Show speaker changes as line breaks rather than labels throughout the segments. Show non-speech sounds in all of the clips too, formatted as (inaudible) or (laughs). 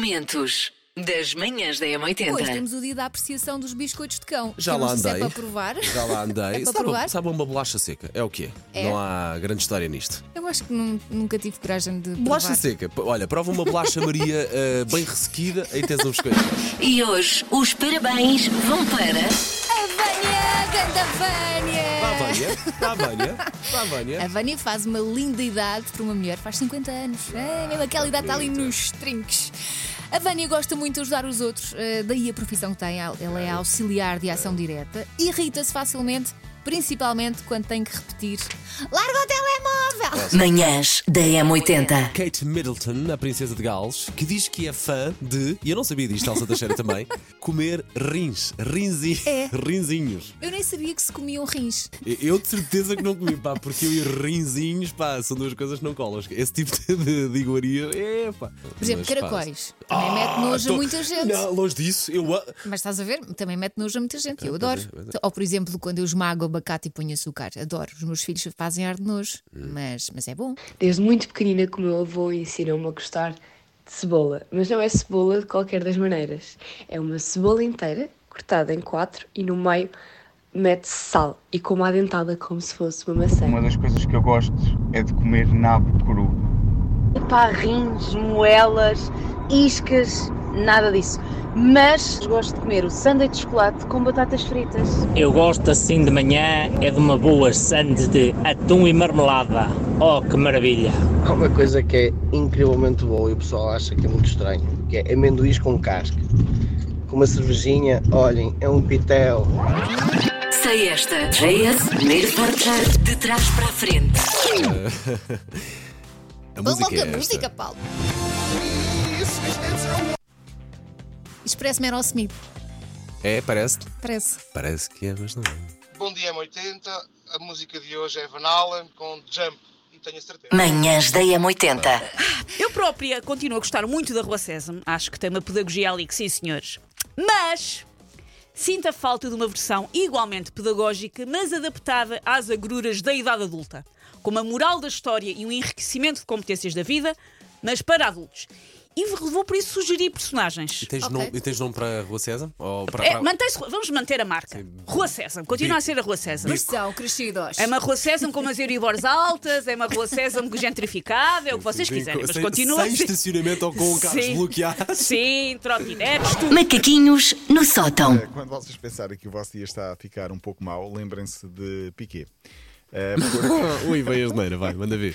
Momentos das manhãs da
Hoje
M80.
temos o dia da apreciação dos biscoitos de cão.
Já
temos
lá
se
andei.
É para provar.
Já lá andei.
É para
sabe,
provar?
sabe uma bolacha seca? É o quê?
É.
Não há grande história nisto.
Eu acho que nun- nunca tive coragem de
Bolacha
provar.
seca. P- Olha, prova uma bolacha Maria (laughs) eh, bem ressequida e tens um biscoito.
E hoje os parabéns vão para.
A Vânia, ganda Vânia!
Vá, Vânia. Vá, Vânia. Vá,
A
Vânia.
Vânia faz uma linda idade para uma mulher, faz 50 anos. É, mesmo aquela idade está ali nos trinques. A Vânia gosta muito de ajudar os outros, eh, daí a profissão que tem. Ela é auxiliar de ação direta. Irrita-se facilmente, principalmente quando tem que repetir: Larga o telemóvel!
Manhãs da M80.
Kate Middleton, a princesa de Gales, que diz que é fã de, e eu não sabia disto, Elsa
(laughs)
Teixeira também, comer rins, rinzi,
É.
rinzinhos.
Eu nem sabia que se comiam rins.
E- Eu de certeza que não comi, pá, porque eu e rinzinhos, pá, são duas coisas que não colas. Esse tipo de, de iguaria, é, pá.
Por exemplo,
Mas, pá,
caracóis. Também mete nojo
Ah, tô-
a muita gente.
Não, longe disso, eu. a-
Mas estás a ver? Também mete nojo a muita gente. Eu adoro.
pois é, pois
Ou, por exemplo, quando eu esmago abacate e ponho açúcar. Adoro. Os meus filhos fazem ar de nojo.
Hum.
Mas, mas é bom.
Desde muito pequenina que o meu avô ensinou-me a gostar de cebola, mas não é cebola de qualquer das maneiras. É uma cebola inteira, cortada em quatro e no meio mete-se sal e com uma dentada como se fosse uma maçã.
Uma das coisas que eu gosto é de comer nabo cru.
Epá, rins, moelas, iscas, nada disso. Mas gosto de comer o sundae de chocolate com batatas fritas.
Eu gosto assim de manhã é de uma boa sandes de atum e marmelada. Oh, que maravilha!
Há uma coisa que é incrivelmente boa e o pessoal acha que é muito estranho, que é amendoins com casca. Com uma cervejinha, olhem, é um pitel.
Sei esta. JS, primeiro forte de trás para a frente.
A
Vamos
música
logo a
é esta.
música, Paulo. Isto parece-me Smith.
É, parece.
Parece.
Parece que é, mas não é.
Bom dia, M80. A música de hoje é Van Halen com Jump. E tenho a certeza.
Manhãs da M80.
Eu própria continuo a gostar muito da Rua Sésamo. Acho que tem uma pedagogia ali que sim, senhores. Mas sinto a falta de uma versão igualmente pedagógica, mas adaptada às agruras da idade adulta. Com uma moral da história e um enriquecimento de competências da vida, mas para adultos. E vou por isso sugerir personagens.
E tens,
Ok.
nome, e tens nome para a Rua César? Ou para,
É,
para-
mantém-se- vamos manter a marca. Rua Sésamo. Continua a ser a Rua Sésamo.
São crescidos.
É uma rua Sésamo com umas euribores altas, é uma rua
(laughs)
Sésamo gentrificada, é o que vocês
Sem-
quiserem, mas
sem-
continua a
Sem
ser-
estacionamento ou com um carros
Sim.
bloqueados.
(laughs) Sim, trotinetes, tudo.
Macaquinhos no sótão.
Eh, Quando vocês pensarem que o vosso dia está a ficar um pouco mau, lembrem-se de Piquet. Eh, porque
Ui, vai a geneira, vai, manda ver.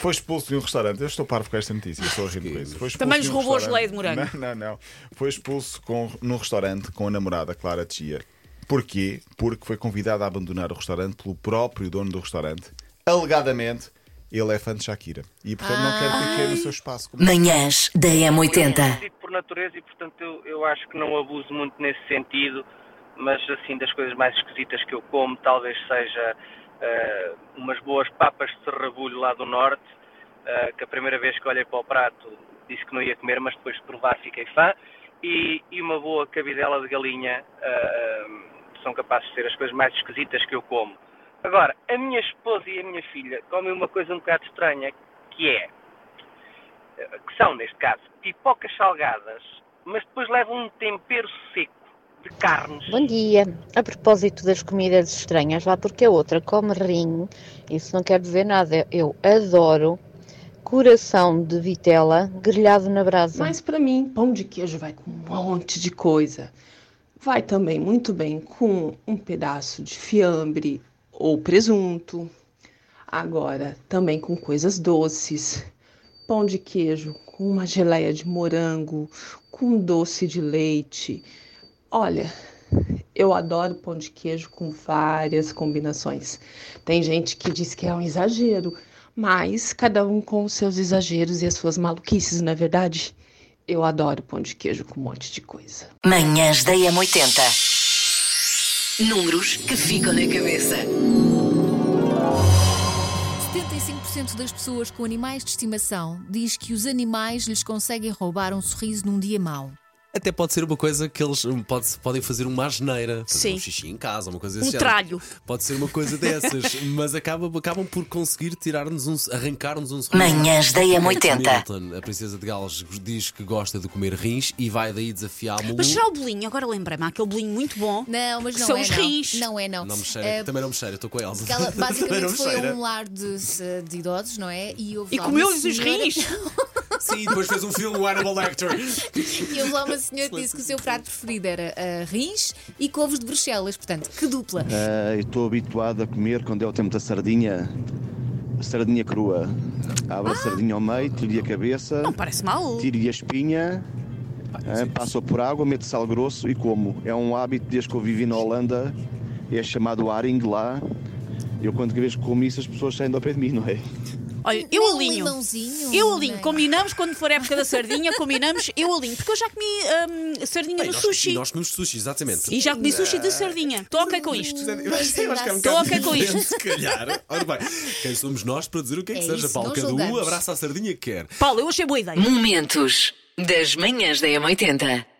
foi expulso de um restaurante. Eu estou parvo com esta notícia, estou a rir com isso. Foi expulso
Também
de um
lhes roubou
restaurante-
geleia de morango.
Não, não, não. Foi expulso com, num restaurante com a namorada Clara Tia. Porquê? Porque foi convidado a abandonar o restaurante pelo próprio dono do restaurante. Alegadamente, ele é fã de Shakira. E portanto não quer Piquet no seu espaço. Como
Manhãs da M80.
Digo por natureza e, portanto, eu, eu acho que não abuso muito nesse sentido, mas assim, das coisas mais esquisitas que eu como, talvez seja eh, umas boas papas de serrabulho lá do norte, eh, que a primeira vez que olhei para o prato disse que não ia comer, mas depois de provar fiquei fã, e, e uma boa cabidela de galinha eh, são capazes de ser as coisas mais esquisitas que eu como. Agora, a minha esposa e a minha filha comem uma coisa um bocado estranha, que é que são, neste caso, pipocas salgadas, mas depois levam um tempero seco de carnes.
Bom dia. A propósito das comidas estranhas, lá porque a outra come rim, isso não quer dizer nada. Eu adoro coração de vitela grelhado na brasa.
Mas para mim, pão de queijo vai com um monte de coisa. Vai também muito bem com um pedaço de fiambre ou presunto. Agora, também com coisas doces. Pão de queijo com uma geleia de morango, com doce de leite. Olha, eu adoro pão de queijo com várias combinações. Tem gente que diz que é um exagero, mas cada um com os seus exageros e as suas maluquices, não é verdade? Eu adoro pão de queijo com um monte de coisa.
Manhãs da M80. Números que ficam na cabeça.
75% das pessoas com animais de estimação diz que os animais lhes conseguem roubar um sorriso num dia mau.
Até pode ser uma coisa que eles hum, pode, podem fazer uma asneira, fazer um xixi em casa, uma coisa
Um
desse género.
tralho.
Pode ser uma coisa dessas, (laughs) mas acabam, acabam por conseguir tirar-nos um, arrancar-nos um
Manhãs da M80.
Hamilton, a princesa de Gales diz que gosta de comer rins e vai daí desafiar-me. um.
Mas será o bolinho? Agora lembrei-me, há aquele bolinho muito bom.
Não, mas
que
não
são
é.
os
não.
rins.
Não é, não.
Não me cheira,
Eh,
também não me cheira, estou com a Elsa.
que ela
(laughs) Também não né?
basicamente
me
foi
cheira.
a um lar de, de idosos, não é? E, houve
E
lá uma
comeu-lhes os
senhora- (laughs)
rins.
Sim, depois fez um filme, o Animal Lecter.
E houve lá uma senhora que disse que o seu prato preferido era ah, rins e couves de Bruxelas. Portanto, que
É.
dupla.
Ah, eu estou habituado a comer quando é o tempo da sardinha. Sardinha crua. Abro a sardinha ao meio, tiro-lhe a cabeça. Não
parece mal.
Tiro-lhe a espinha. ah, passo por água, meto sal grosso e como. É um hábito desde que eu vivi na Holanda. É chamado haring lá. Eu quando cada vez que como isso as pessoas saem do pé de mim, não é?
Olha, eu alinho. Eu alinho. Combinamos quando for a época da sardinha, combinamos, eu alinho. Porque eu já comi hum, sardinha
Bem,
no
nós-
sushi.
E nós comemos sushi, exatamente.
E já comi sushi de sardinha. Estou ok com isto.
Eu acho que é um
Estou
bocado
ok com
diferente,
isto.
Se calhar. Ora bem, quem somos nós para dizer o que é que
É
seja,
isso,
Paulo?
não
Cada um
julgamos.
abraça a sardinha que quer.
Paulo, eu achei boa ideia.
Momentos das manhãs da M80.